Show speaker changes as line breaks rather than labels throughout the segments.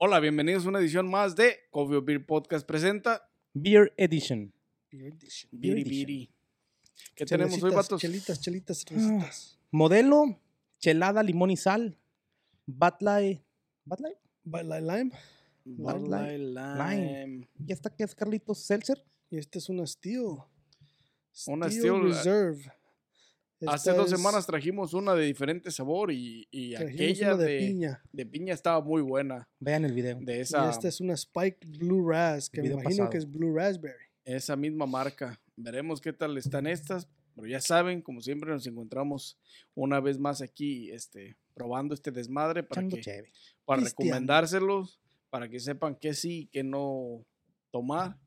Hola, bienvenidos a una edición más de Coffee or Beer Podcast presenta
Beer Edition.
Biri Biri. ¿Qué tenemos hoy,
Cervecitas,
vatos?
Chelitas, chelitas, cervecitas.
Modelo, chelada, limón y sal. Batlay. ¿Batlay?
Bud Light Lime.
Bud Light
Light Lime.
Lime.
¿Y esta qué es, Carlitos? ¿Seltzer?
Y esta es una Steel.
Una Steel, la-
Reserve. Esta
Hace dos
es-
semanas trajimos una de diferente sabor y, y
trajimos
aquella
una
de,
de, piña.
de piña estaba muy buena.
Vean el video.
De
Y
esa,
esta es una Spike Blue Raz, que me
Video
imagino
pasado.
que es Blue Raspberry.
esa misma marca. Veremos qué tal están estas. Pero ya saben, como siempre, nos encontramos una vez más aquí este, probando este desmadre para,
Chango
que-
chévere.
para
Pisteando.
recomendárselos, para que sepan qué sí y qué no tomar.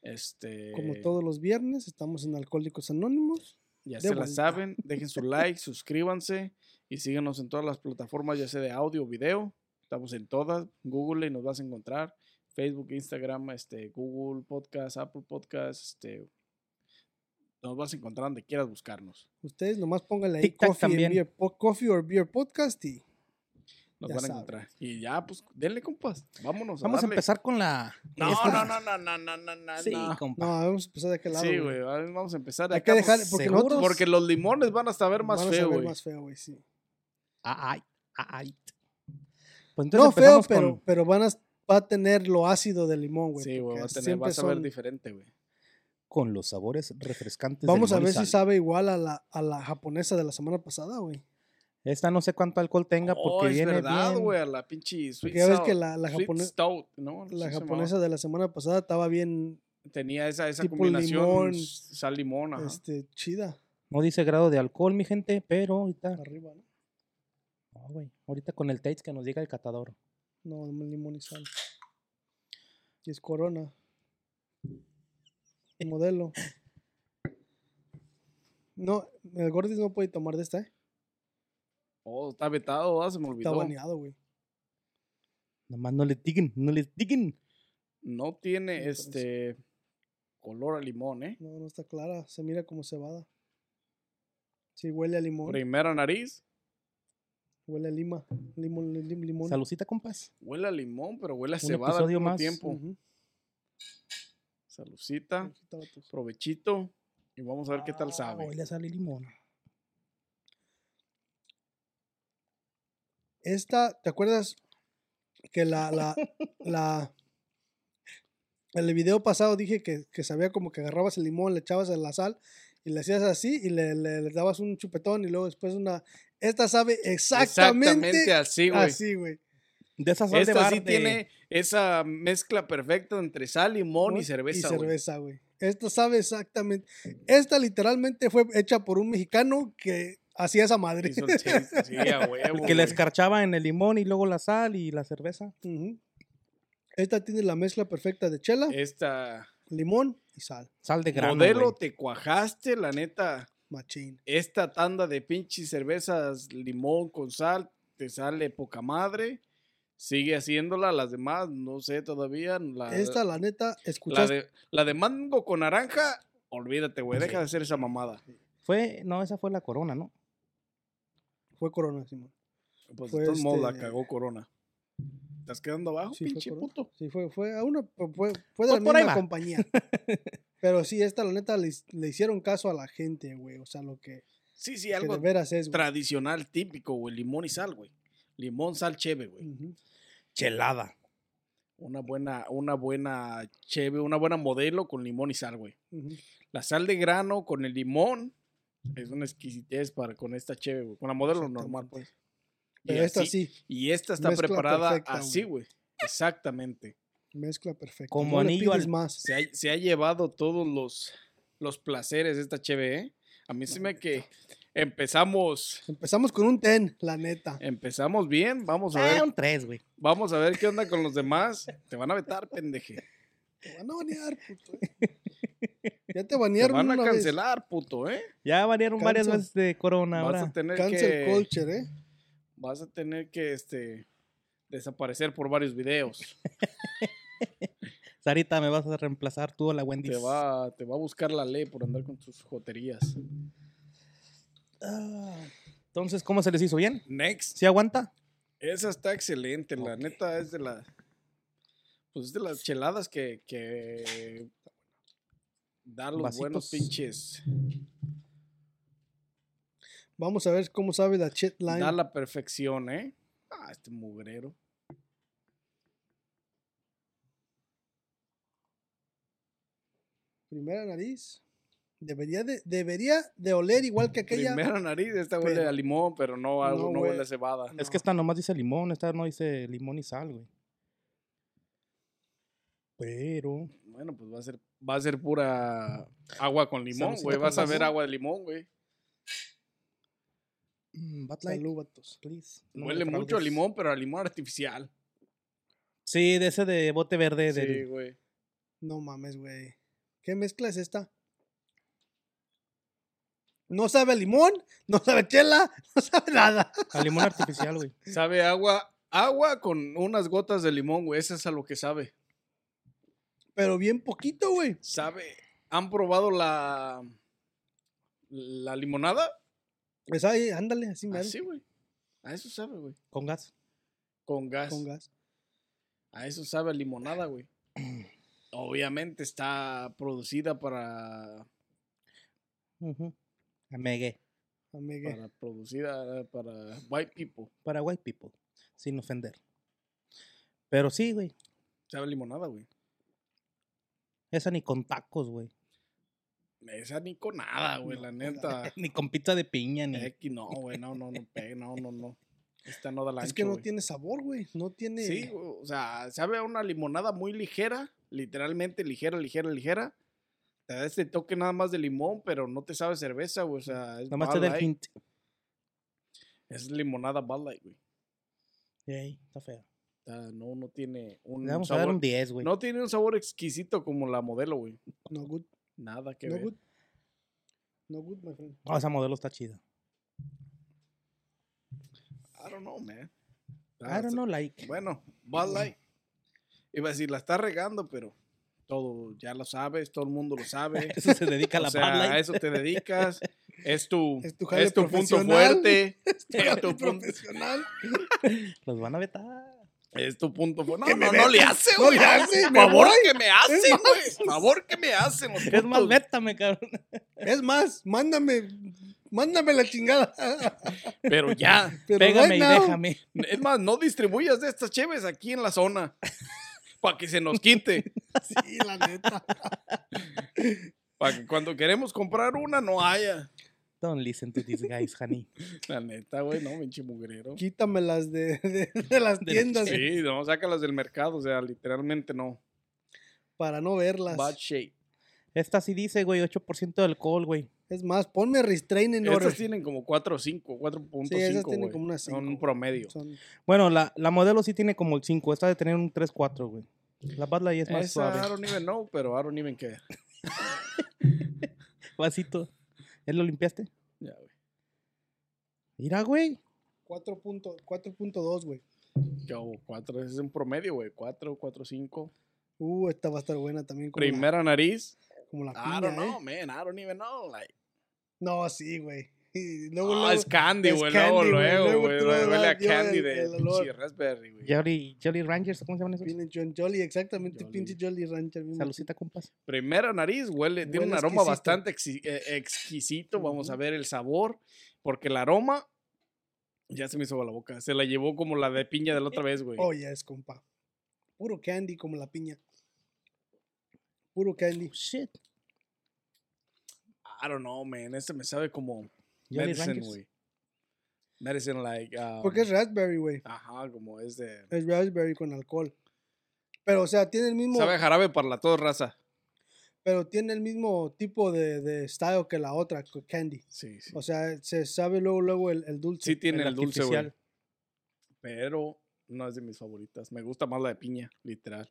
Este,
Como todos los viernes, estamos en Alcohólicos Anónimos.
Ya se
De
la
vuelta.
saben, dejen su like, suscríbanse y síganos en todas las plataformas, ya sea de audio o video. Estamos en todas, Google y nos vas a encontrar. Facebook, Instagram, este, Google Podcast, Apple Podcast, este, nos vas a encontrar donde quieras buscarnos.
Ustedes nomás pónganle ahí
Tic Tac
coffee, and
también.
beer, po- coffee or Beer Podcast y
Nos
Ya
van a
saben.
encontrar. Y ya, pues, denle compas. Vámonos.
Vamos a
darle.
empezar con la...
No,
esta-
no, no, no, no, no, no, no.
Sí,
no.
no,
compa.
vamos a empezar de aquel lado.
Sí, güey, a ver, vamos a empezar de
Hay que
acá. pues,
dejar, porque
seguros.
nosotros
porque los limones van a saber más
van a
feo,
saber
güey.
más feo, güey, sí.
Ah, Ay, ah, ay. Pues entonces
No feo,
empezamos
pero,
con...
pero van a, va a tener lo ácido del limón, güey.
Sí, güey,
porque
va a tener,
siempre
vas a ver
son-
diferente, güey.
Con los sabores refrescantes de
Vamos a
limón y
ver
sal.
si sabe igual a la, a la japonesa de la semana pasada, güey.
Esta no sé cuánto alcohol tenga
Oh,
porque viene
es verdad,
bien.
güey, a la pinche sweet
Porque ya ves que
sour-
la- la
sweet
japone-
stout, ¿no? Así se
La
llamaba.
japonesa de la semana pasada estaba bien
tenía esa, esa
tipo
combinación
limón,
s- sal limón, ajá.
este, chida.
No dice grado de alcohol, mi gente, pero ahorita...
Arriba, ¿no?
No, güey. Ahorita con el Tates que nos diga el catador.
No, no limón y sal. Y es corona. Modelo. No, el Gordis no puede tomar de esta, ¿eh?
Oh, está vetado, ah, se me
Está
olvidó.
baneado, güey.
Nomás no les diguen, no les diguen.
No tiene
Entonces-
este color a limón, ¿eh?
No, no está clara. Se mira como cebada. Sí, huele a limón.
Primera nariz,
Huele a lima. Limón, lim- limón.
Salucita, compas.
huele a limón, pero huele a
Un
cebada al
episodio
mismo
más.
tiempo.
Ujú.
Salucita,
Aquí está, vatos.
provechito y vamos a ver qué
Ah,
tal sabe.
Hoy le sale limón.
Esta, ¿te acuerdas que la, la, la, en el video pasado dije que, que sabía como que agarrabas el limón, le echabas en la sal y le hacías así y le, le- le dabas un chupetón y luego después una, esta sabe exactamente,
Exactamente así, güey.
así, güey.
De esas sal de
Esta
bar
sí
de-
tiene esa mezcla perfecta entre sal, limón y cerveza,
Y
güey.
cerveza, güey. Esta sabe exactamente, esta literalmente fue hecha por un mexicano que hacía esa madre.
Hizo el chiste, sí, a huevo,
Que
güey.
la escarchaba en el limón y luego la sal y la cerveza.
Ujú. Esta tiene la mezcla perfecta de chela,
Eh. Esta
limón y sal,
Sal de grano,
modelo
güey.
te cuajaste, la neta.
machín.
Esta tanda de pinches cervezas limón con sal te sale poca madre. Sigue haciéndola, las demás, no sé todavía. La,
Esta, la
la,
neta, escuchaste.
de, la de mango con naranja, olvídate, güey, deja de hacer esa mamada.
Fue, no, esa fue la corona, ¿no?
Fue Corona, Simón.
Pues
Fue
de todos modos la
este-
cagó Corona. ¿Estás quedando abajo,
Sí, fue
Ah, pinche
Corona.
puto?
Sí, fue, fue a una, fue, fue de
Pues
la
por ahí
misma
va.
compañía. Pero sí, esta, la neta, le, his- le hicieron caso a la gente, güey. O sea, lo que,
Sí, sí,
que de
algo
veras es, güey.
tradicional, típico, güey. Limón y sal, güey. Limón, sal, cheve, güey.
Ujú.
Chelada.
Una buena, una buena cheve, una buena modelo con limón y sal, güey.
Ujú.
La sal de grano con el limón es una exquisitez para con esta cheve, güey. Con la modelo normal,
Exactamente.
pues. Y
Pero esta
así-
sí,
Y esta está
mezcla
preparada
perfecta,
así,
güey.
güey. Exactamente.
mezcla perfecta.
Como
No le
anillo
pides
al-
más.
Se ha, se ha llevado todos los, los placeres de esta cheve, ¿eh? A mí se me que empezamos,
Empezamos con un ten, la neta.
Eh. empezamos bien. Vamos a
Ah,
ver,
un 3, güey.
vamos a ver qué onda con los demás. Te van a vetar, pendeje.
Te van a banear, puto. eh. Ya te
Te
banearon
van a
una vez.
cancelar, puto, ¿eh?
Ya variaron varias
Cancel.
veces de corona
Vas
ahora.
a tener
Cancel
que...
culture, ¿eh?
vas a tener que este desaparecer por varios videos.
Sarita, me vas a reemplazar tú a la Wendy.
Te va, te va a buscar la ley por andar con tus joterías.
Ah. Entonces, ¿cómo se les hizo? ¿Bien?
Next.
¿Sí aguanta?
Esa está excelente, la
Ok.
neta es de la pues es de las cheladas que, que da los buenos
Vasitos.
pinches.
Vamos a ver cómo sabe la chat line.
Da la perfección, ¿eh? Ah, este mugrero.
Primera nariz. Debería de, debería de oler igual que aquella.
Primera nariz, esta huele
Pero-
a limón, pero no, a-
No
no huele
hue-
a cebada.
Es que esta nomás dice limón, esta no dice limón y sal, güey. Pero.
Bueno, pues va a ser, va a ser pura agua con limón,
Salucita
güey.
con
Vas a ver
sazón.
agua de limón, güey.
mm, Bud Light,
Salud, vatos.
please. No me
Huele
defraudes.
mucho a limón, pero a limón artificial.
Sí, de ese de bote verde. del-
Sí, güey.
No mames, güey. ¿Qué mezcla es esta? No sabe a limón, no sabe a chela, no sabe nada.
a limón artificial, güey.
Sabe agua, agua con unas gotas de limón, güey. Eso es a lo que sabe.
Pero bien poquito, güey.
Sabe. ¿Han probado la la limonada?
Pues ahí, ándale, así me
Así, güey. A eso sabe, güey.
Con gas.
Con gas.
con gas.
A eso sabe a limonada, güey. Obviamente está producida para
Ujú. Amegué.
Amigue.
para producida para white people.
Para white people. Sin ofender. Pero sí, güey.
Sabe a limonada, güey.
Esa ni con tacos, güey.
Esa ni con nada, güey,
pues,
la neta.
Ni con pizza de piña,
Mm.
ni.
Ah. Eh, que no, güey, no, no, no, pe- no, no, no. Esta no da la
Es que no tiene sabor, güey. No tiene.
Sí, güey, o sea, sabe a una limonada muy ligera, literalmente ligera, ligera, ligera. Te da este toque nada más de limón, pero no te sabe cerveza, güey, o sea, es,
Nada más te
Bud
da el
Light,
hint.
es limonada Bud Light, güey.
Ey, está feo.
O sea, no, no tiene un
Le vamos a
sabor.
dar un 10, güey.
no tiene un sabor exquisito como la modelo, güey.
No good.
Nada que
No
ver.
good. No good, my friend.
No, esa modelo está chida.
I don't know, man. Ah,
I don't know, like.
Bueno, Bud Light. Iba a decir, la está regando, pero todo ya lo sabes, todo el mundo lo sabe.
Eso se dedica a la
o sea,
Bud Light.
a eso te dedicas. Es tu,
Es
es
tu
tu,
jale
punto
profesional.
fuerte. es, tu punto,
Profesional.
Los van a vetar.
es tu punto fuerte.
Que
No,
me
no, no le
veten.
hace,
No
güey.
le hace, me
favor
voy.
que me hacen, güey. Favor que me hacen. los
Es más,
putos.
vétame, cabrón.
Es más, mándame. Mándame la chingada.
Pero ya.
Pero
Pégame
right
y
now,
déjame.
Es más, no distribuyas de estas cheves aquí en la zona. Para que se nos quite.
Sí, la neta.
Para que cuando queremos comprar una no haya.
Don't listen to these guys, honey.
La neta, güey, no, pinche mugrero.
Quítame las de, de- de las
De-
tiendas
Sí, no, sácalas del mercado, o sea, literalmente no.
para no verlas.
Bad shape.
Esta sí dice, güey, 8% de alcohol, güey.
Es más, ponme restrain en oro.
Estas tienen como 4 o 5, 4.5.
Sí, esas tienen como unas
Son
cinco,
un promedio.
Son-
Bueno, la, la modelo sí tiene como el 5. Esta de tener un 3-4, güey. La Bud Light es más
Esa, I
suave.
don't even know, pero I don't even care.
Vasito. ¿Él lo limpiaste?
Ya, güey.
Mira, güey.
4.2, güey.
Que hubo cuatro, ese es un promedio, güey. Cuatro, cuatro, cinco.
Uh, esta va a estar buena también. Como
Primera nariz.
La, como la
I
piña,
don't
¿eh?
know, man. I don't even know. Like,
No, sí, güey. Y
no,
luego, luego-
Ah, es candy,
es
güey.
candy,
Luego,
güey,
luego,
luego
güey.
te lo
Huele a
das yo
candy
el-
de
el olor.
pinche raspberry, güey.
Jolly, Jolly Rangers, ¿cómo se llaman esos?
Viene John Jolly, exactamente,
Jolly.
pinche Jolly Rancher. mismo.
Salucita, compas.
Primera nariz, huele, tiene un
Huele
aroma
exquisito.
bastante exi- eh, exquisito. Vamos a ver el sabor, porque el aroma ya se me hizo agua la boca. Se la llevó como la de piña de la otra vez, güey.
Oh, ya es, compa. Puro candy como la piña. Puro candy.
Oh, Shit.
I don't know, man. Este me sabe como
Jolly
medicine,
Ranchers.
güey. Medicine, like. um,
Porque es raspberry, güey.
Ajá, como es de.
Es raspberry con alcohol. Pero, o sea, tiene el mismo,
Sabe a jarabe para la tos raza.
pero tiene el mismo tipo de, de style que la otra, que candy.
Sí, sí.
O sea, eh, se sabe luego, luego el, el dulce.
Sí tiene
el
el, dulce, güey.
artificial.
Pero no es de mis favoritas. Me gusta más la de piña, literal.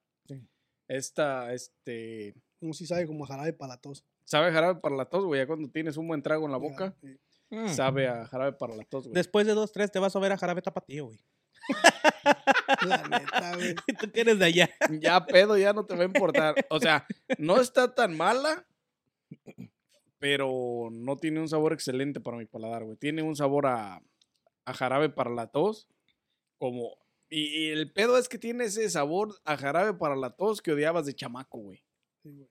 Esta, este.
No sí sabe como a jarabe para la tos.
Sabe a jarabe para la tos, güey. Ya cuando tienes un buen trago en la boca,
Ya, eh,
Mm.
sabe a jarabe para la tos, güey.
Después de dos, tres, te vas a ver a Jarabe Tapatío, güey.
La neta, güey.
Tú que eres de allá.
Ya pedo, ya no te va a importar. O sea, no está tan mala, pero no tiene un sabor excelente para mi paladar, güey. Tiene un sabor a, a jarabe para la tos, como... Y, y el pedo es que tiene ese sabor a jarabe para la tos que odiabas de chamaco, güey.
Sí, güey.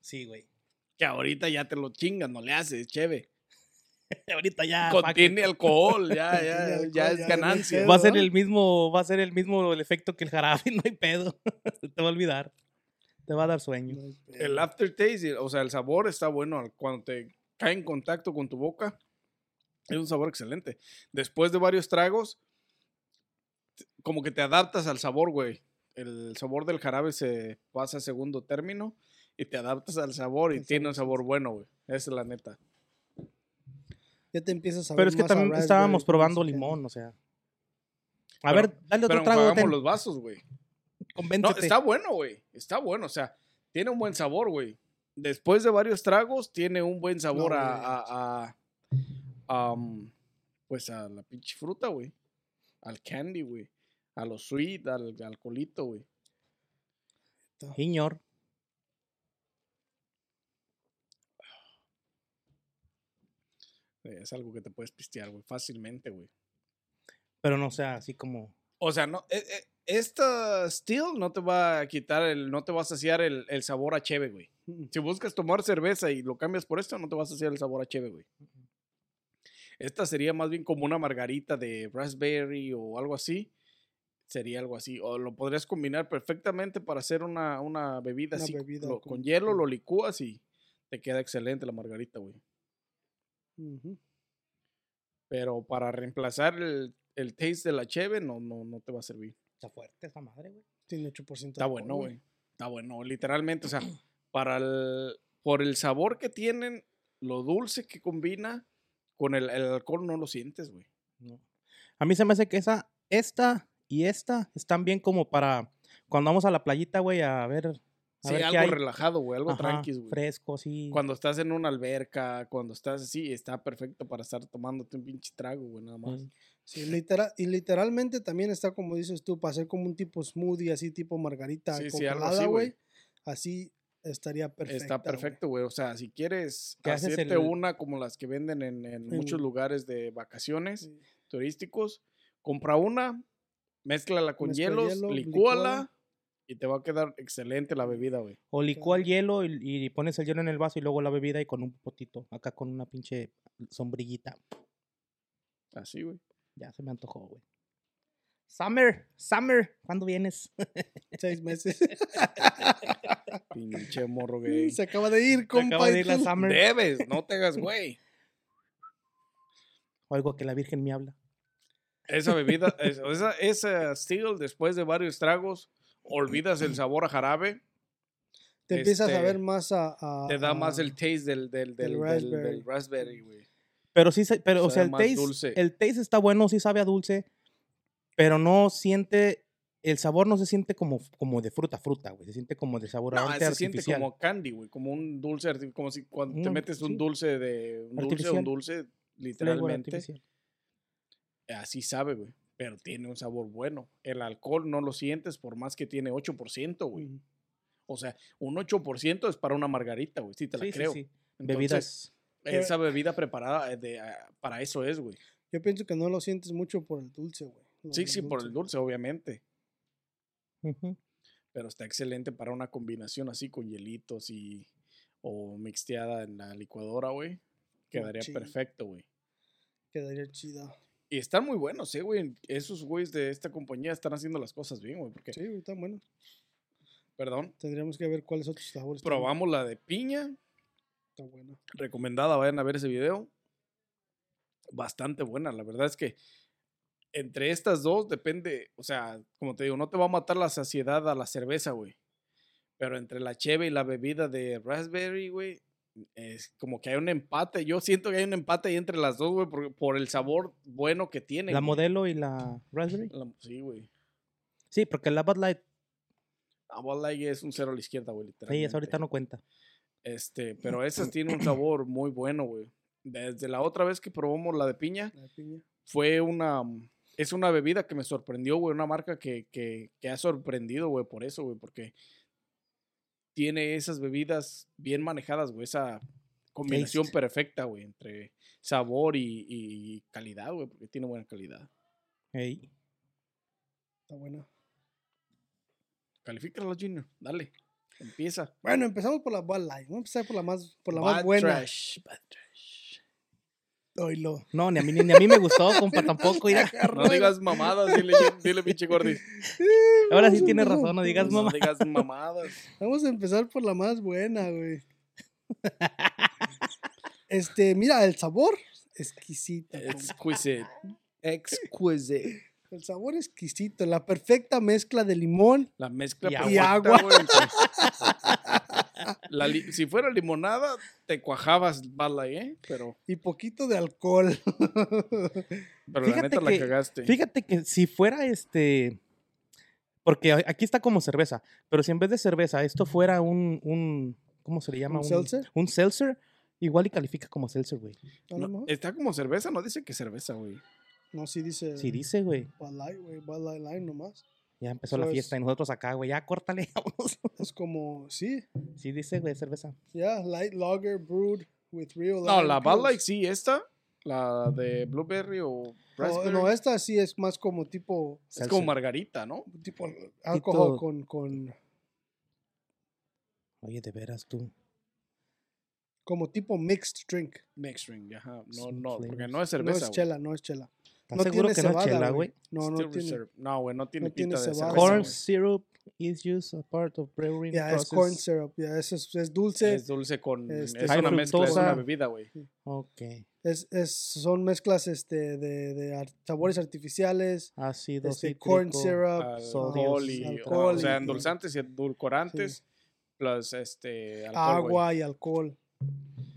Sí, güey.
Que ahorita ya te lo chingas, no le haces, cheve.
Ahorita ya.
Contiene alcohol, ya,
Contiene
ya,
Ah, alcohol,
ya
ya
es
no hay
ganancia.
pedo.
Va a ser el mismo, va a ser el mismo el efecto que el jarabe, no hay pedo. Te va a olvidar. Te va a dar sueño.
No, eh,
El aftertaste, o sea, el sabor está bueno al- cuando te cae en contacto con tu boca. Es un sabor excelente. Después de varios tragos, t- como que te adaptas al sabor, güey. El sabor del jarabe se pasa a segundo término y te adaptas al sabor y
Al
tiene un sabor bueno, güey. Esa es la neta.
Ya te empiezas a
Pero
ver
es que
más a
también
raspberry
estábamos
con
probando
ese
limón, o sea. A
Pero-
ver, dale
Pero
otro trago.
pagamos
Ten,
los vasos, güey. No,
convéncete.
está bueno, güey. Está bueno, o sea, tiene un buen sabor, güey. Después de varios tragos, tiene un buen sabor
No,
a,
güey.
a- a- am, Pues a la pinche fruta, güey. Al candy, güey. A lo sweet, al al alcoholito, güey.
Señor.
Eh, Es algo que te puedes pistear, güey, fácilmente, güey.
Pero no sea así como.
O sea, no, eh, eh, esta still no te va a quitar el, no te va a saciar el, el sabor a cheve, güey. Si buscas tomar cerveza y lo cambias por esto, no te va a saciar el sabor a cheve, güey. Esta sería más bien como una margarita de raspberry o algo así. Sería algo así. O lo podrías combinar perfectamente para hacer una, una bebida
Una
así.
bebida
lo-
con-
con hielo lo licúas y te queda excelente la margarita, güey.
Ujú.
Pero para reemplazar el, el taste de la cheve, no, no, no te va a servir.
Está fuerte esa madre, güey.
Tiene 8%.
Está bueno, güey. Está bueno, literalmente. O sea, para el, por el sabor que tienen, lo dulce que combina, con el, el alcohol no lo sientes, güey.
No. A mí se me hace que esa, esta y esta están bien como para cuando vamos a la playita, güey, a ver. A
Sí,
ver qué
algo
hay.
relajado, güey, algo
Ajá,
tranquis, güey.
Fresco, así.
Cuando estás en una alberca, cuando estás así, está perfecto para estar tomándote un pinche trago, güey, nada más.
Sí.
Sí, litera- y literalmente también está como dices tú, para hacer como un tipo smoothie, así tipo margarita
Sí, sí, algo
congelada,
así, güey.
güey. Así estaría perfecto.
Está perfecto, güey. O sea, si quieres
Te haces
hacerte
el-
una como las que venden en, en
En-
muchos lugares de vacaciones turísticos, compra una, mézclala con
Mezcla
hielos,
hielo,
licúala
licúala.
y te va a quedar excelente la bebida, güey.
O licúa el hielo y, y pones el hielo en el vaso y luego la bebida y con un potito. Acá con una pinche sombrillita.
Así, güey.
Ya se me antojó, güey. Summer, Summer, ¿cuándo vienes?
Seis meses.
Pinche morro gay.
Se acaba de ir,
Se
compa.
acaba de
y
ir la
tú-
Summer.
Debes, no te hagas, güey.
Oigo que la Virgen me habla.
Esa bebida, es- esa, esa still, después de varios tragos, olvidas el sabor a jarabe,
Te empiezas a
este,
ver más a. a-
te da más
a-
el taste del, del, del,
Ah. Del
del-
raspberry.
del raspberry, güey.
Pero sí, se- pero, o sea,
Sabe
el
más
taste,
dulce.
el taste está bueno, sí sabe a dulce, pero no siente, el sabor no se siente como, como de fruta, fruta, güey. Se siente como de sabor
No, eh,
arte
se siente
artificial.
como candy, güey, como un dulce, arti- como si cuando te
Mm,
metes un
sí.
dulce de un dulce, de un
Artificial.
dulce,
Flavor
literalmente,
artificial.
así sabe, güey. pero tiene un sabor bueno. El alcohol no lo sientes por más que tiene 8%,
Mm.
güey. O sea, un 8% es para una margarita, güey, sí te la
Sí, sí,
creo.
sí.
Entonces,
Bebidas.
Esa bebida preparada eh, de, ah, para eso es, güey.
Yo pienso que no lo sientes mucho por el dulce, güey. Lo
Sí,
del
sí, por el dulce, obviamente.
Ujú.
Pero está excelente para una combinación así con hielitos y. o mixteada en la licuadora,
Mm,
güey. Quedaría
Machín.
perfecto, güey.
Quedaría chido.
Y están muy buenos, ¿eh, güey? Esos güeyes de esta compañía están haciendo las cosas bien, güey. Porque,
Sí, güey, está bueno.
perdón,
Tendríamos que ver cuáles otros sabores. tiene.
probamos la de piña.
Está bueno.
recomendada, vayan a ver ese video. Bastante buena, la verdad es que entre estas dos depende, o sea, como te digo, no te va a matar la saciedad a la cerveza, güey. Pero entre la cheve y la bebida de raspberry, güey, es como que hay un empate. Yo siento que hay un empate ahí entre las dos, güey, por, por el sabor bueno que tiene.
La
güey.
modelo y la raspberry.
La- sí, güey.
Sí, porque la Bud Light,
La Bud Light es un cero a la izquierda, güey,
sí, esa ahorita
literalmente.
no cuenta.
Este, pero esas tienen un sabor muy bueno, güey. Desde la otra vez que probamos la de piña,
La piña.
fue una. Es una bebida que me sorprendió, güey. Una marca que, que, que ha sorprendido, güey, por eso, güey, porque tiene esas bebidas bien manejadas, güey. Esa combinación
Taste.
perfecta, güey, entre sabor y, y calidad, güey, porque tiene buena calidad.
Ey.
Está buena.
Califícala, Junior. Dale. Empieza.
Bueno, empezamos por la Bud Light. Vamos a empezar por la más, por la más buena.
Trash, bad trash.
Oilo.
No, ni a mí, ni a mí me gustó, compa, tampoco. mira.
No digas mamadas, dile, dile pinche gordis.
Ahora sí tienes razón, no digas
No
mamá.
digas mamadas.
Vamos a empezar por la más buena, güey. Este, mira, el sabor exquisito. compa.
Exquisite. Exquisite.
El sabor exquisito, la perfecta mezcla de limón.
La mezcla
Y
perfecta,
agua.
güey, pues. entonces. La li- si fuera limonada, te cuajabas bala, ¿eh? Pero,
Y poquito de alcohol.
pero la
Fíjate
neta la
que-
cagaste.
Fíjate que si fuera este. Porque a- aquí está como cerveza, pero si en vez de cerveza esto fuera un. un ¿Cómo se le llama?
¿Un seltzer?
Un seltzer, igual y califica como seltzer, güey.
A lo
No, eh,
mejor.
está como cerveza, no dice que cerveza, güey.
No, sí dice.
Sí, dice, güey.
Bud Light, güey. Bud Light Lime nomás.
Ya empezó
Eso
la
es-
fiesta y nosotros acá, güey. Ya, córtale, vámonos.
Es como, sí.
Sí, dice, güey, cerveza.
Ya, Light Lager Brewed with Real
No,
lime
la Bud
juice.
Light sí, esta, la de Blueberry o
No,
Raspberry.
no, esta sí es más como tipo.
es como
Seltzer.
margarita, ¿no?
Tipo alcohol con, con.
Oye, de veras tú.
Como tipo mixed drink.
Mixed drink, ajá. No,
Some
no, porque
flavors.
no es
No
cerveza,
es
güey.
chela, no es chela.
¿Estás seguro que no es cebada, güey?
No, no
Still
tiene.
reserve. No, güey, no tiene
no tiene
pinta de
cebada,
cerveza.
güey.
Corn
güey.
syrup is used as part of brewing
Ya, es
process.
corn syrup. Ya, es, es, es dulce.
Es dulce con.
Este,
es
Hay
una mezcla, es una
fructosa.
bebida, güey.
Ok.
Es, es- son mezclas este, de, de ar- sabores artificiales.
Ácido
Este,
cítrico.
corn syrup.
alcohol y
pues, alcohol
o sea
y-
endulzantes y edulcorantes
Sí.
plus este alcohol, güey.
agua y alcohol.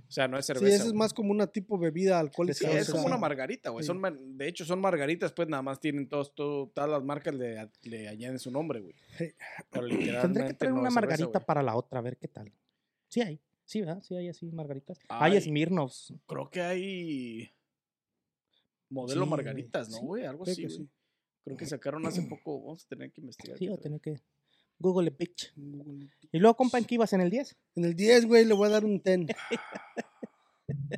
o sea no es
sí,
cerveza
esa es
güey.
más como una tipo bebida alcohólica.
Sí,
o
es
sea,
como una
sí.
margarita güey
Sí.
son mar- de hecho son margaritas pues nada más tienen todos todo- todas las marcas le, le añaden su nombre güey
Sí.
pero
Tendré que
literalmente
traer
no
una
es
margarita
cerveza, güey.
para la otra, a ver qué tal. Sí hay. Sí, ¿verdad? Sí hay así margaritas.
Ay.
Hay Smirnovs.
creo que hay modelo
Sí, güey.
margaritas no
Sí,
güey algo
creo
así
que
güey
sí.
creo que sacaron hace poco vamos a tener que investigar
Sí,
qué
voy a
tal.
tener que... Google pitch. Y luego, compa, ¿en qué ibas? ¿En el 10?
En el 10, güey, le voy a dar un 10. le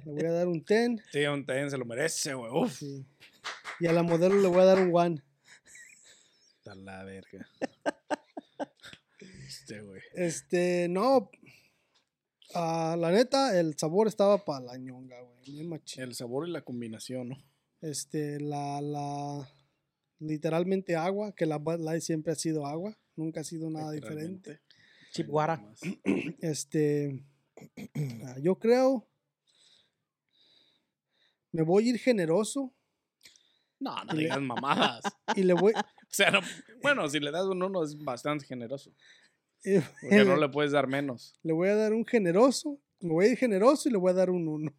voy a dar un 10.
sí un ten se lo merece güey uf
sí. Y a la modelo le voy a dar un 1.
está la verga este güey
Este, no. Ah, la neta, el sabor estaba para la ñonga, güey. Bien machín.
el sabor y la combinación no
Este, la, la. Literalmente agua, que la Bud Light siempre ha sido agua. Nunca ha sido nada
Literalmente.
diferente.
Chip
Ahí
guara.
nomás.
Este, ah, yo creo, me voy a ir generoso
No, no digas mamadas. O
y le voy,
sea, no- bueno, si le das un uno es bastante generoso.
eh,
Porque no le puedes dar menos.
le voy a dar un generoso, me voy a ir generoso y le voy a dar un 1.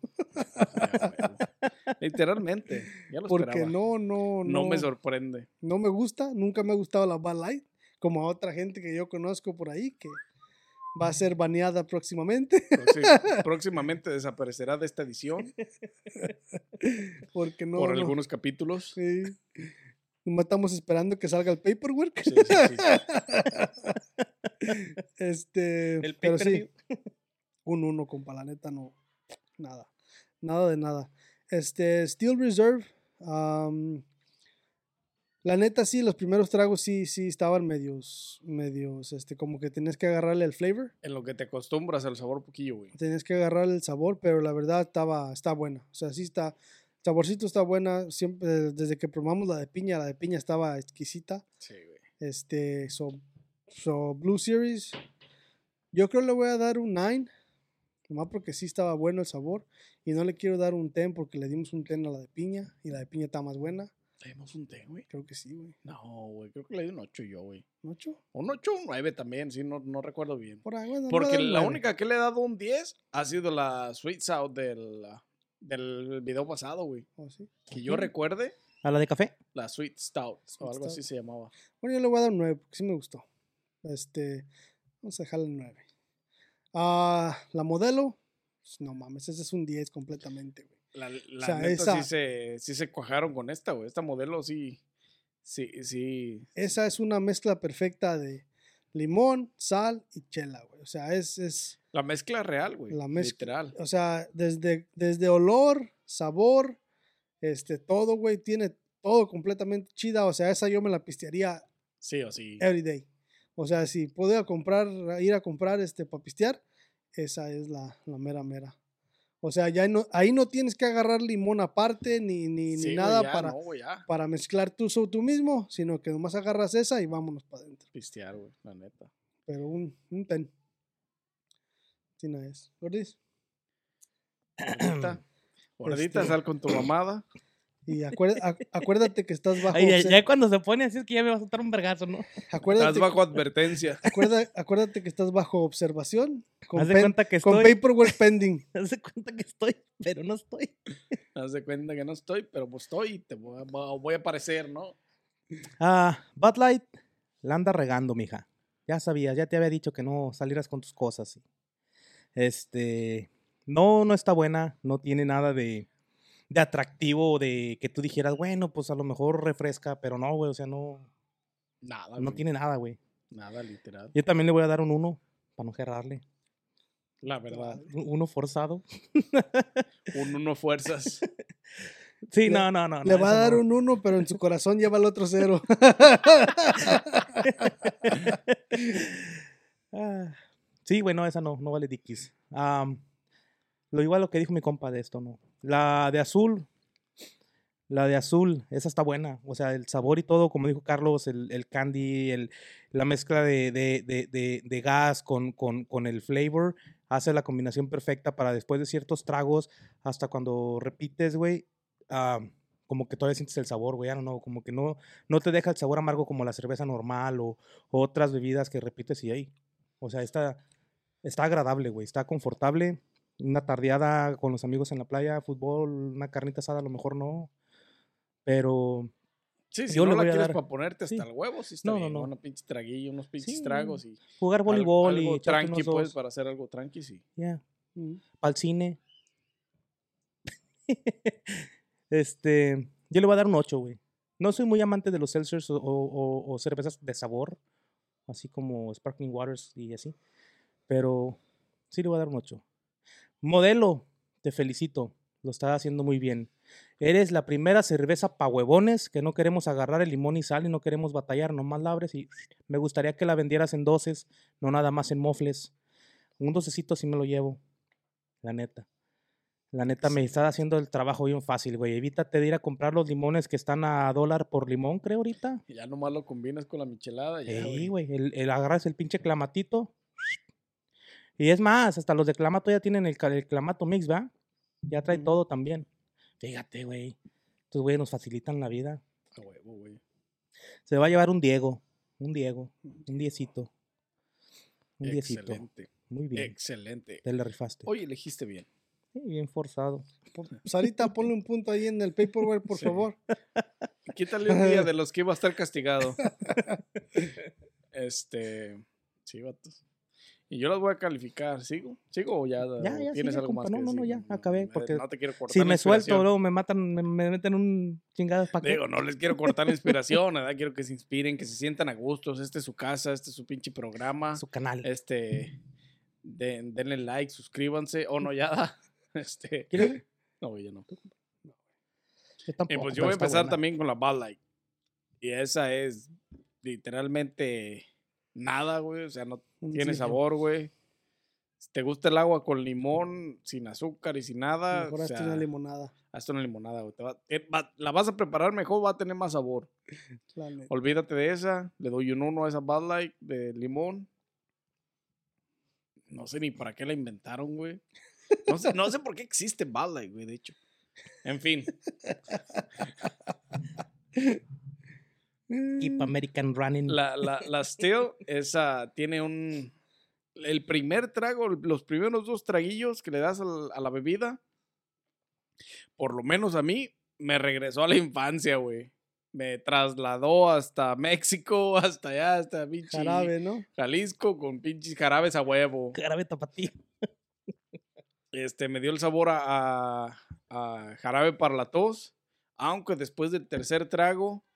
Literalmente. Ya lo
Porque
esperaba.
no, no, no,
No me sorprende.
no me gusta, nunca me ha gustado la Bud Light, como a otra gente que yo conozco por ahí que va a ser baneada próximamente
Próxim- Próximamente desaparecerá de esta edición
porque no,
por
no,
algunos capítulos.
sí. Nomás estamos esperando que salga el paperwork.
Sí, sí, sí.
Este,
El
pero sí,
pay-per-view.
un uno, compa, la neta, no, nada, nada de nada. Este, Steel Reserve, am, la neta, sí, los primeros tragos sí, sí estaban medios, medios, este, como que tenías que agarrarle el flavor,
En lo que te acostumbras al sabor poquillo, güey.
tenías que agarrarle el sabor, pero la verdad estaba, está buena, o sea, sí está, el saborcito está buena, siempre, desde que probamos la de piña, la de piña estaba exquisita.
Sí, güey.
Este, so, so Blue Series, yo creo le voy a dar un 9, nomás porque sí estaba bueno el sabor. Y no le quiero dar un 10 porque le dimos un 10 a la de piña y la de piña está más buena.
¿Tenemos un té, güey?
Creo que sí, güey.
No, güey. Creo que le di un 8 yo, güey.
¿Ocho?
Un 8 un 9 también, sí, no, no recuerdo bien.
Por ahí, bueno, le voy a
Porque
dar un
la
nueve.
única que le he dado un 10 ha sido la Sweet South del, del video pasado, güey.
Oh, sí.
Que yo
Ujú.
recuerde,
¿A la de café?
la Sweet Stout o
Sweet
algo así
Stout.
se llamaba.
Bueno, yo le voy a dar un 9 porque sí me gustó. Este, vamos a dejarle el 9. Ah, la modelo, pues, no mames, ese es un 10 completamente, güey.
La, la
sea,
neta
esa-
sí, se, sí se cuajaron con esta, güey. Esta modelo sí. Sí, sí.
Esa es una mezcla perfecta de limón, sal y chela, güey. O sea, es, es
La mezcla real, güey.
La mezcla-
Literal.
o sea, desde, desde olor, sabor, este, todo, güey, tiene todo completamente chida. O sea, esa yo me la pistearía
Sí o sí.
every day. O sea, si pudiera comprar, ir a comprar este para pistear, esa es la, la mera mera. O sea, ya no, ahí no tienes que agarrar limón aparte ni, ni, ni
Sí, güey,
nada
ya,
para,
No, güey, ya.
para mezclar tú, so- tú mismo, sino que nomás agarras esa y vámonos para adentro.
Pistear, güey, la neta.
Pero un, un ten. Sí, no es. Gordis.
Gordita. Gordita,
Este-
sal con tu mamada.
Y acuer- ac- acuérdate que estás bajo.
Ay, ya,
obse-
ya cuando se pone así es que ya me va a soltar un vergazo, ¿no?
Acuérdate,
Estás bajo advertencia.
acuerda- acuérdate que estás bajo observación. Con,
Haz de
pen-
cuenta que
con
estoy.
paperwork pending.
Haz de cuenta que estoy, pero no estoy.
Haz de cuenta que no estoy, pero pues estoy y te voy a, voy a aparecer, ¿no?
Ah, Bud Light la anda regando, mija. Ya sabías, ya te había dicho que no salieras con tus cosas. Este, no, no está buena, no tiene nada de, de atractivo, de que tú dijeras, bueno, pues a lo mejor refresca, pero no, güey, o sea, no,
Ah,
Nada,
no
güey.
tiene nada, güey.
Nada, literal.
Yo también le voy a dar un uno, para no gerrarle.
La verdad.
Un uno forzado.
Un uno fuerzas.
Sí,
Le-
no, no, no.
Le
no,
va a
eso
dar
no.
un uno, pero en su corazón lleva el otro cero.
Ah, sí, bueno, esa no, no vale diquis. Am, lo igual lo que dijo mi compa de esto, no. La de azul, la de azul, esa está buena. O sea, el sabor y todo, como dijo Carlos, el, el candy, el, la mezcla de, de- de- de- de gas con, con- con el flavor, hace la combinación perfecta para después de ciertos tragos, hasta cuando repites, güey, am, como que todavía sientes el sabor, güey, no, como que no, no te deja el sabor amargo como la cerveza normal o otras bebidas que repites y ahí. O sea, está, está agradable, güey. Está confortable. Una tardeada con los amigos en la playa, fútbol, una carnita asada, a lo mejor no. Pero
Sí, si
Yo
no
le
la
voy a
quieres
dar-
para ponerte hasta
sí.
el huevo, sí está
No, no,
bien.
no.
Una pinche traguilla, unos pinches
Sí,
tragos y.
jugar
al-
voleibol
algo
y echarte
tranqui,
unos
pues,
dos,
para hacer algo tranqui, sí.
ya.
Mm.
al cine. este, yo le voy a dar un 8, güey. No soy muy amante de los seltzers o, o- o- o cervezas de sabor, así como sparkling waters y así, pero sí le voy a dar un 8. Modelo, te felicito, lo estás haciendo muy bien. Eres la primera cerveza pa' huevones que no queremos agarrar el limón y sal y no queremos batallar, nomás la abres y me gustaría que la vendieras en doces, no nada más en mofles. Un docecito sí me lo llevo. La neta. La neta me está haciendo el trabajo bien fácil, güey. Evítate de ir a comprar los limones que están a dólar por limón, creo, ahorita.
Y ya nomás lo combinas con la michelada. y Ya,
Sí,
güey.
güey. El, el agarras el pinche clamatito. Y es más, hasta los de clamato ya tienen el, ca- el clamato mix, ¿va? Ya trae
Ujú.
todo también. Fíjate, güey. Estos güeyes nos facilitan la vida.
A huevo, güey.
Se va a llevar un Diego. Un Diego. Un diecito. Un diecito.
Excelente.
Muy bien.
Excelente.
Te la rifaste.
Hoy elegiste bien.
Sí, bien forzado.
Pues ahorita ponle un punto ahí en el paperwork, por
Sí.
favor.
Quítale un día de los que iba a estar castigado. este. Sí, vatos. Y yo las voy a calificar. ¿Sigo? ¿Sigo o ya,
Ya,
o
ya,
tienes
sigue,
algo más
compa. No,
que
no, no,
decir?
ya, acabé,
eh,
porque
no te quiero cortar
Si
la
me suelto,
inspiración.
luego me matan, me, me meten un chingadas paquete.
Digo, no les quiero cortar la inspiración, ¿verdad? Quiero que se inspiren, que se sientan a gustos. Este es su casa, este es su pinche programa.
su canal.
Este, den- denle like, suscríbanse. O no, ya. Este,
¿Quieres?
no, ya no.
Yo tampoco,
Y pues yo
pero
voy a
está
empezar
buena.
también con la Bad Light. Y esa es literalmente nada, güey. O sea, no
Un
tiene
cilantro.
sabor, güey. Si te gusta el agua con limón, sin azúcar y sin nada,
Mejor
o
hazte
sea,
una limonada.
hazte una limonada, güey. Te va- te va- la vas a preparar mejor, va a tener más sabor.
la neta.
Olvídate de esa. Le doy un 1 a esa Bad Light de limón. No sé ni para qué la inventaron, güey. No sé, no sé por qué existe Bad Light, güey, de hecho. En fin.
Keep American Running.
La, la, la Steel, esa tiene un. El primer trago, los primeros dos traguillos que le das al- a la bebida, por lo menos a mí, me regresó a la infancia, güey. Me trasladó hasta México, hasta allá, hasta pinche
Jarabe, ¿no?
Jalisco, con pinches jarabes a huevo.
Jarabe tapatío.
Este, me dio el sabor a, a- a jarabe para la tos, aunque después del tercer trago,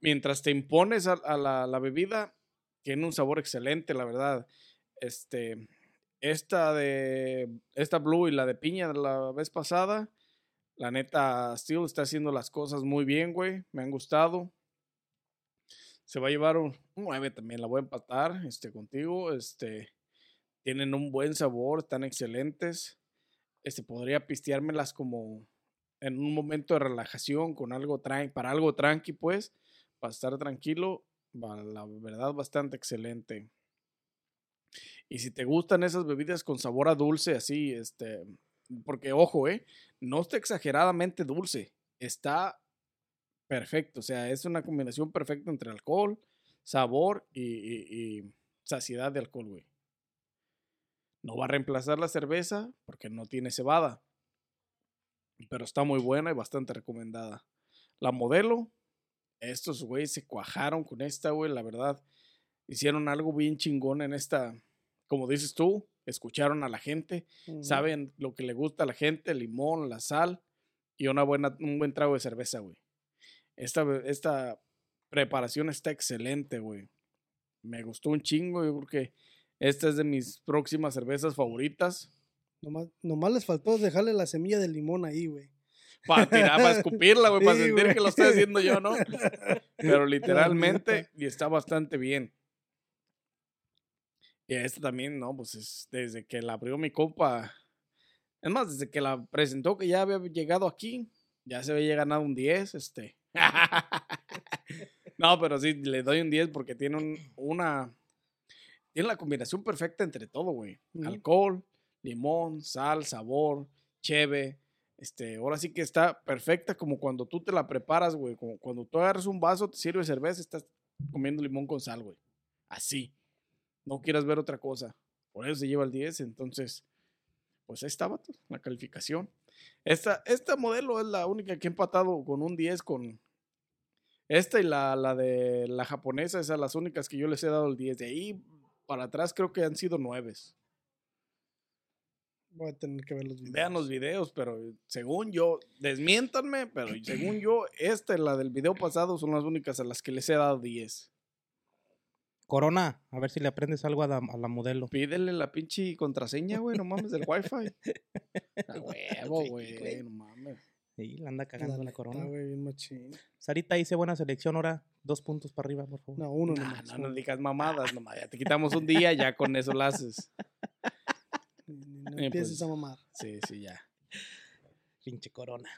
mientras te impones a, a la, la bebida, tiene un sabor excelente, la verdad. Este, esta de, esta blue y la de piña de la vez pasada, la neta, Steel está haciendo las cosas muy bien, güey, me han gustado. Se va a llevar un 9 también, la voy a empatar, este, contigo, este tienen un buen sabor, están excelentes. Este, podría pisteármelas como en un momento de relajación, con algo tran- para algo tranqui, pues, para estar tranquilo, va- la verdad bastante excelente. Y si te gustan esas bebidas con sabor a dulce, así, este, porque ojo, eh, no está exageradamente dulce, está perfecto, o sea, es una combinación perfecta entre alcohol, sabor y, y- y saciedad de alcohol, güey. No va a reemplazar la cerveza porque no tiene cebada. Pero está muy buena y bastante recomendada. La modelo, estos güeyes se cuajaron con esta, güey, la verdad. Hicieron algo bien chingón en esta. Como dices tú, escucharon a la gente,
Ujú.
saben lo que le gusta a la gente, el limón, la sal y una buena, un buen trago de cerveza, güey. Esta, be- esta preparación está excelente, güey. Me gustó un chingo, yo creo que esta es de mis próximas cervezas favoritas.
Nomás, nomás les faltó dejarle la semilla de limón ahí, güey.
Para tirar, para escupirla, güey, para
Sí,
sentir que
güey.
lo estoy haciendo yo, ¿no? Pero literalmente, y está bastante bien. Y esta también, ¿no? Pues es desde que la abrió mi compa. Es más, desde que la presentó que ya había llegado aquí, ya se había ganado un 10, este. no, pero sí, le doy un 10 porque tiene un- una... Tiene la combinación perfecta entre todo, güey.
Ujú.
Alcohol, limón, sal, sabor, cheve. Este, ahora sí que está perfecta como cuando tú te la preparas, güey. Como cuando tú agarras un vaso, te sirve cerveza, estás comiendo limón con sal, güey. Así. No quieras ver otra cosa. Por eso se lleva el 10, entonces, pues ahí estaba la calificación. Esta, esta modelo es la única que he empatado con un 10 con esta y la, la de la japonesa, esas las únicas que yo les he dado el 10. De ahí para atrás creo que han sido 9.
Voy a tener que ver los videos.
Vean los videos, pero eh, según yo, desmiéntanme, pero según yo, esta y la del video pasado son las únicas a las que les he dado 10.
Corona, a ver si le aprendes algo a la, a la modelo.
Pídele la pinche contraseña, güey, no mames, del wifi. A huevo, güey, no mames.
Sí, la anda
La
cagando la,
neta,
corona.
güey, bien machín.
Sarita hice buena selección ahora. Dos puntos para arriba, por favor.
No, uno
Nah,
nomás,
no
uno.
nos digas mamadas, nomás ya te quitamos un día, ya con eso la haces.
Ni- ni-
Eh,
No
pues.
empieces a mamar.
Sí, sí, ya.
Pinche corona.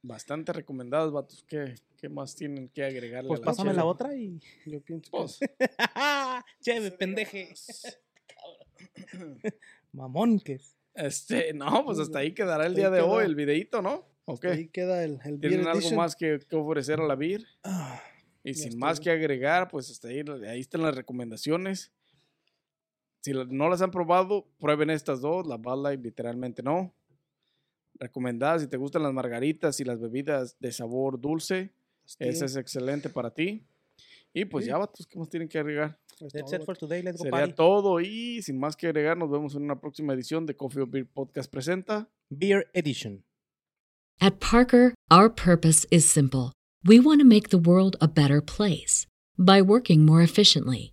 Bastante recomendados, vatos. ¿Qué, qué más tienen que agregarle?
Pues
a
pásame
chela?
la otra y.
Yo pienso que
Pues,
Cheve, pendeje. Mamón, que es.
Este, no, pues hasta ahí quedará el día de hoy el videito, ¿no? ¿O qué?
ahí queda el, el beer
¿Tienen algo
edition.
más que, que ofrecer a la BIR?
Ah,
Y
Ya
sin
estuvo.
más que agregar, pues hasta ahí, ahí están las recomendaciones. Si la- no las han probado, prueben estas dos. La Bud Light literalmente no. Recomendadas, si te gustan las margaritas y las bebidas de sabor dulce,
Steel.
esa es excelente para ti. Y pues
Sí.
ya, vatos, ¿qué más tienen que agregar?
Es
That's
todo,
it for today. Let's go
Sería
party.
todo y sin más que agregar, nos vemos en una próxima edición de Coffee or Beer Podcast presenta.
Beer Edition.
At Parker, our purpose is simple. We want to make the world a better place by working more efficiently,